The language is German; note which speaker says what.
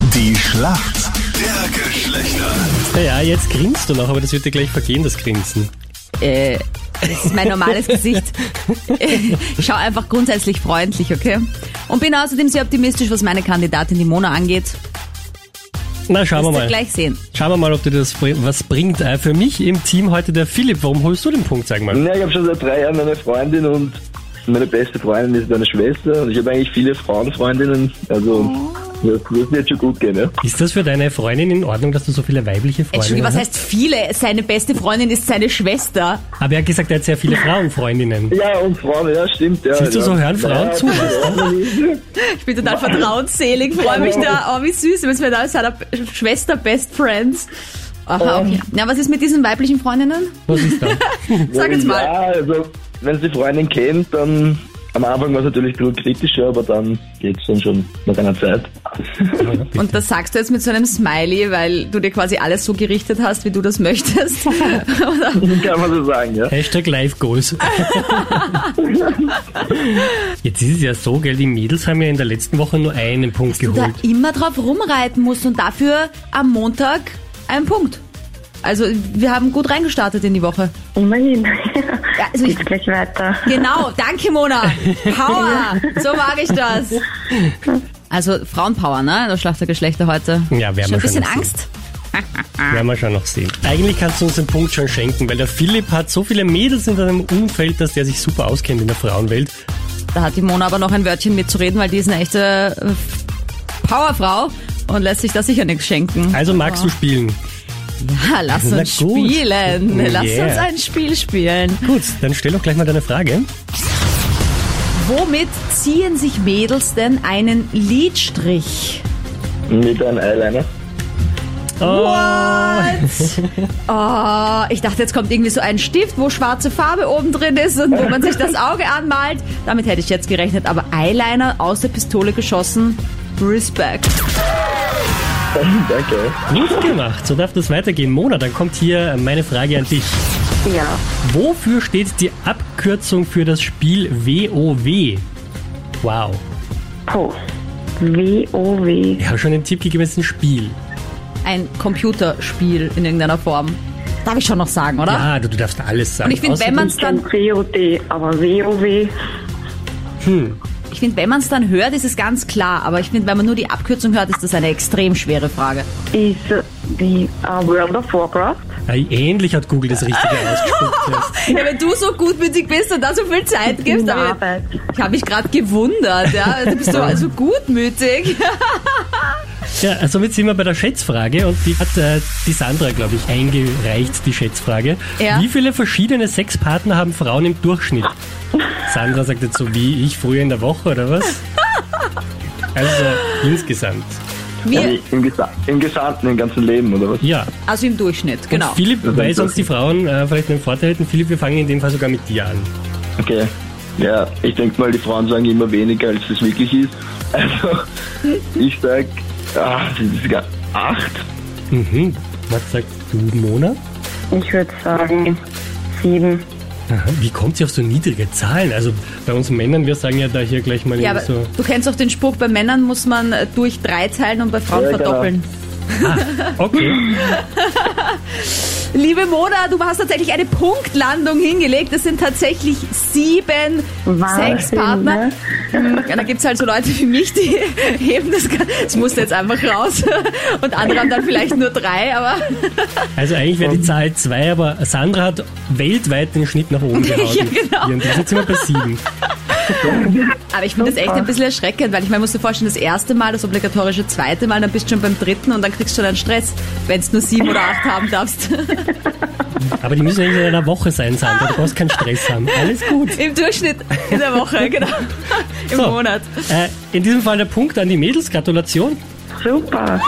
Speaker 1: Die Schlacht der Geschlechter.
Speaker 2: Naja, jetzt grinst du noch, aber das wird dir gleich vergehen, das Grinsen.
Speaker 3: Äh, das ist mein normales Gesicht. Ich schaue einfach grundsätzlich freundlich, okay? Und bin außerdem sehr optimistisch, was meine Kandidatin die Mona angeht.
Speaker 2: Na, schauen wir
Speaker 3: Wirst du
Speaker 2: mal.
Speaker 3: gleich sehen.
Speaker 2: Schauen wir mal, ob dir das bri- was bringt. Äh, Für mich im Team heute der Philipp. Warum holst du den Punkt, sag mal?
Speaker 4: Ja, ich habe schon seit drei Jahren eine Freundin und meine beste Freundin ist meine Schwester und ich habe eigentlich viele Frauenfreundinnen. Also
Speaker 3: Oh.
Speaker 4: das wird mir jetzt schon gut gehen, ja?
Speaker 2: Ist das für deine Freundin in Ordnung, dass du so viele weibliche Freundinnen
Speaker 3: Entschuldigung, was
Speaker 2: hast?
Speaker 3: heißt viele? Seine beste Freundin ist seine Schwester.
Speaker 2: Aber er hat gesagt, er hat sehr viele Frauenfreundinnen.
Speaker 4: Ja, und Frauen, ja, stimmt. Ja,
Speaker 2: Siehst du,
Speaker 4: ja.
Speaker 2: so hören Frauen
Speaker 4: ja,
Speaker 2: zu.
Speaker 3: Ich bin total vertrauensselig, freue mich da. Oh, wie süß, wenn es mir da ist, seiner Schwester Best Friends. Aha, okay. Na, was ist mit diesen weiblichen Freundinnen?
Speaker 2: Was ist da?
Speaker 3: Sag jetzt mal.
Speaker 4: Ja, also wenn sie die Freundin kennt, dann am Anfang war es natürlich ein bisschen kritischer, aber dann geht's dann schon nach einer Zeit.
Speaker 3: Und das sagst du jetzt mit so einem Smiley, weil du dir quasi alles so gerichtet hast, wie du das möchtest. Oder?
Speaker 4: Kann man so sagen, ja.
Speaker 2: Hashtag Life Goals. Jetzt ist es ja so, gell, die Mädels haben ja in der letzten Woche nur einen Punkt
Speaker 3: du da
Speaker 2: geholt.
Speaker 3: immer drauf rumreiten musst und dafür am Montag einen Punkt. Also wir haben gut reingestartet in die Woche.
Speaker 5: Immerhin.
Speaker 3: Ja, also ich,
Speaker 5: Geht gleich weiter.
Speaker 3: genau, danke Mona. Power, so mag ich das. Also Frauenpower, ne? Das Schlachtergeschlechter heute.
Speaker 2: Ja, wir haben
Speaker 3: Schon ein
Speaker 2: schon
Speaker 3: bisschen
Speaker 2: gesehen.
Speaker 3: Angst.
Speaker 2: Werden wir schon noch sehen. Eigentlich kannst du uns den Punkt schon schenken, weil der Philipp hat so viele Mädels in seinem Umfeld, dass der sich super auskennt in der Frauenwelt.
Speaker 3: Da hat die Mona aber noch ein Wörtchen mitzureden, weil die ist eine echte äh, Powerfrau und lässt sich da sicher nichts schenken.
Speaker 2: Also magst du spielen.
Speaker 3: Ja, lass
Speaker 2: Na
Speaker 3: uns
Speaker 2: gut. Oh
Speaker 3: spielen. Lass
Speaker 2: Yeah.
Speaker 3: uns ein Spiel spielen.
Speaker 2: Gut, dann stell doch gleich mal deine Frage.
Speaker 3: Womit ziehen sich Mädels denn einen Lidstrich?
Speaker 4: Mit einem Eyeliner.
Speaker 2: Äh,
Speaker 3: What? Oh, ich dachte, jetzt kommt irgendwie so ein Stift, wo schwarze Farbe oben drin ist und wo man sich das Auge anmalt. Damit hätte ich jetzt gerechnet, aber Eyeliner aus der Pistole geschossen. Respect.
Speaker 4: Danke.
Speaker 2: Gut gemacht, so darf das weitergehen. Mona, dann kommt hier meine Frage an dich.
Speaker 5: Ja,
Speaker 2: Wofür steht die Abkürzung für das Spiel WOW? Wow.
Speaker 5: Po. W-O-W.
Speaker 2: Ich habe schon einen Tipp gegeben, es ist ein Spiel.
Speaker 3: Ein Computerspiel in irgendeiner Form. Darf ich schon noch sagen, oder?
Speaker 2: Ah, du, du darfst alles sagen.
Speaker 3: Und ich finde, wenn man es
Speaker 5: Ich kenn
Speaker 3: dann,
Speaker 5: C-O-D, aber W-O-W.
Speaker 3: ich finde, wenn man es dann hört, ist es ganz klar. Aber ich finde, wenn man nur die Abkürzung hört, ist das eine extrem schwere Frage.
Speaker 5: Ist äh, die äh, World of Warcraft?
Speaker 2: Außerdem- Ah, Ähnlich hat Google das Richtige
Speaker 3: Ah.
Speaker 2: ausgespuckt.
Speaker 3: Ja, wenn du so gutmütig bist und da so viel Zeit gibst,
Speaker 5: Na,
Speaker 3: aber
Speaker 5: aber-
Speaker 3: ich habe mich gerade gewundert, ja. Du bist so also gutmütig.
Speaker 2: Ja, ja somit sind wir bei der Schätzfrage und die hat äh, die Sandra, glaube ich, eingereicht, die Schätzfrage.
Speaker 3: Ja.
Speaker 2: Wie viele verschiedene Sexpartner haben Frauen im Durchschnitt? Sandra sagt jetzt so wie ich früher in der Woche, oder was? Also insgesamt.
Speaker 3: Wir,
Speaker 4: Im, Gesa Im gesamten, im ganzen Leben, oder was?
Speaker 2: Ja,
Speaker 3: also im Durchschnitt, genau.
Speaker 2: Und Philipp, weil sonst die Frauen äh, vielleicht einen Vorteil hätten. Philipp, wir fangen in dem Fall sogar mit dir an.
Speaker 4: Okay. Ja, ich denke mal, die Frauen sagen immer weniger, als es wirklich ist. Also, ich sag, ah, sind es sogar acht?
Speaker 2: Mhm. Was sagst du, Mona?
Speaker 5: Ich würde sagen sieben.
Speaker 2: Aha. Wie kommt sie auf so niedrige Zahlen? Also bei uns Männern, wir sagen ja da hier gleich mal
Speaker 3: Ja, aber
Speaker 2: irgendwie so.
Speaker 3: du kennst auch den Spruch, bei Männern muss man äh, durch drei teilen und bei Frauen
Speaker 4: Ja, genau.
Speaker 3: verdoppeln.
Speaker 2: Okay.
Speaker 3: Liebe Mona, du hast tatsächlich eine Punktlandung hingelegt. Es sind tatsächlich sieben
Speaker 5: Wahnsinn,
Speaker 3: Sexpartner.
Speaker 5: ne?
Speaker 3: Ja, da gibt es halt so Leute wie mich, die heben das. Gan- Das musste jetzt einfach raus. Und andere haben dann vielleicht nur drei, aber
Speaker 2: Also eigentlich wäre die
Speaker 3: Ähm.
Speaker 2: Zahl 2, aber Sandra hat weltweit den Schnitt nach oben
Speaker 3: Ja,
Speaker 2: gehauen.
Speaker 3: genau.
Speaker 2: Wir sind wir bei 7.
Speaker 3: Aber ich finde das echt ein bisschen erschreckend, weil ich meine, musst du dir vorstellen, das erste Mal, das obligatorische zweite Mal, dann bist du schon beim dritten und dann kriegst du schon einen Stress, wenn es nur sieben oder acht haben darfst.
Speaker 2: Aber die müssen eigentlich in einer Woche sein, Sandra. Du brauchst keinen Stress haben. Alles gut.
Speaker 3: Im Durchschnitt in der Woche, genau. Im
Speaker 2: So.
Speaker 3: Monat.
Speaker 2: Äh, in diesem Fall der Punkt an die Mädels. Gratulation.
Speaker 5: Super.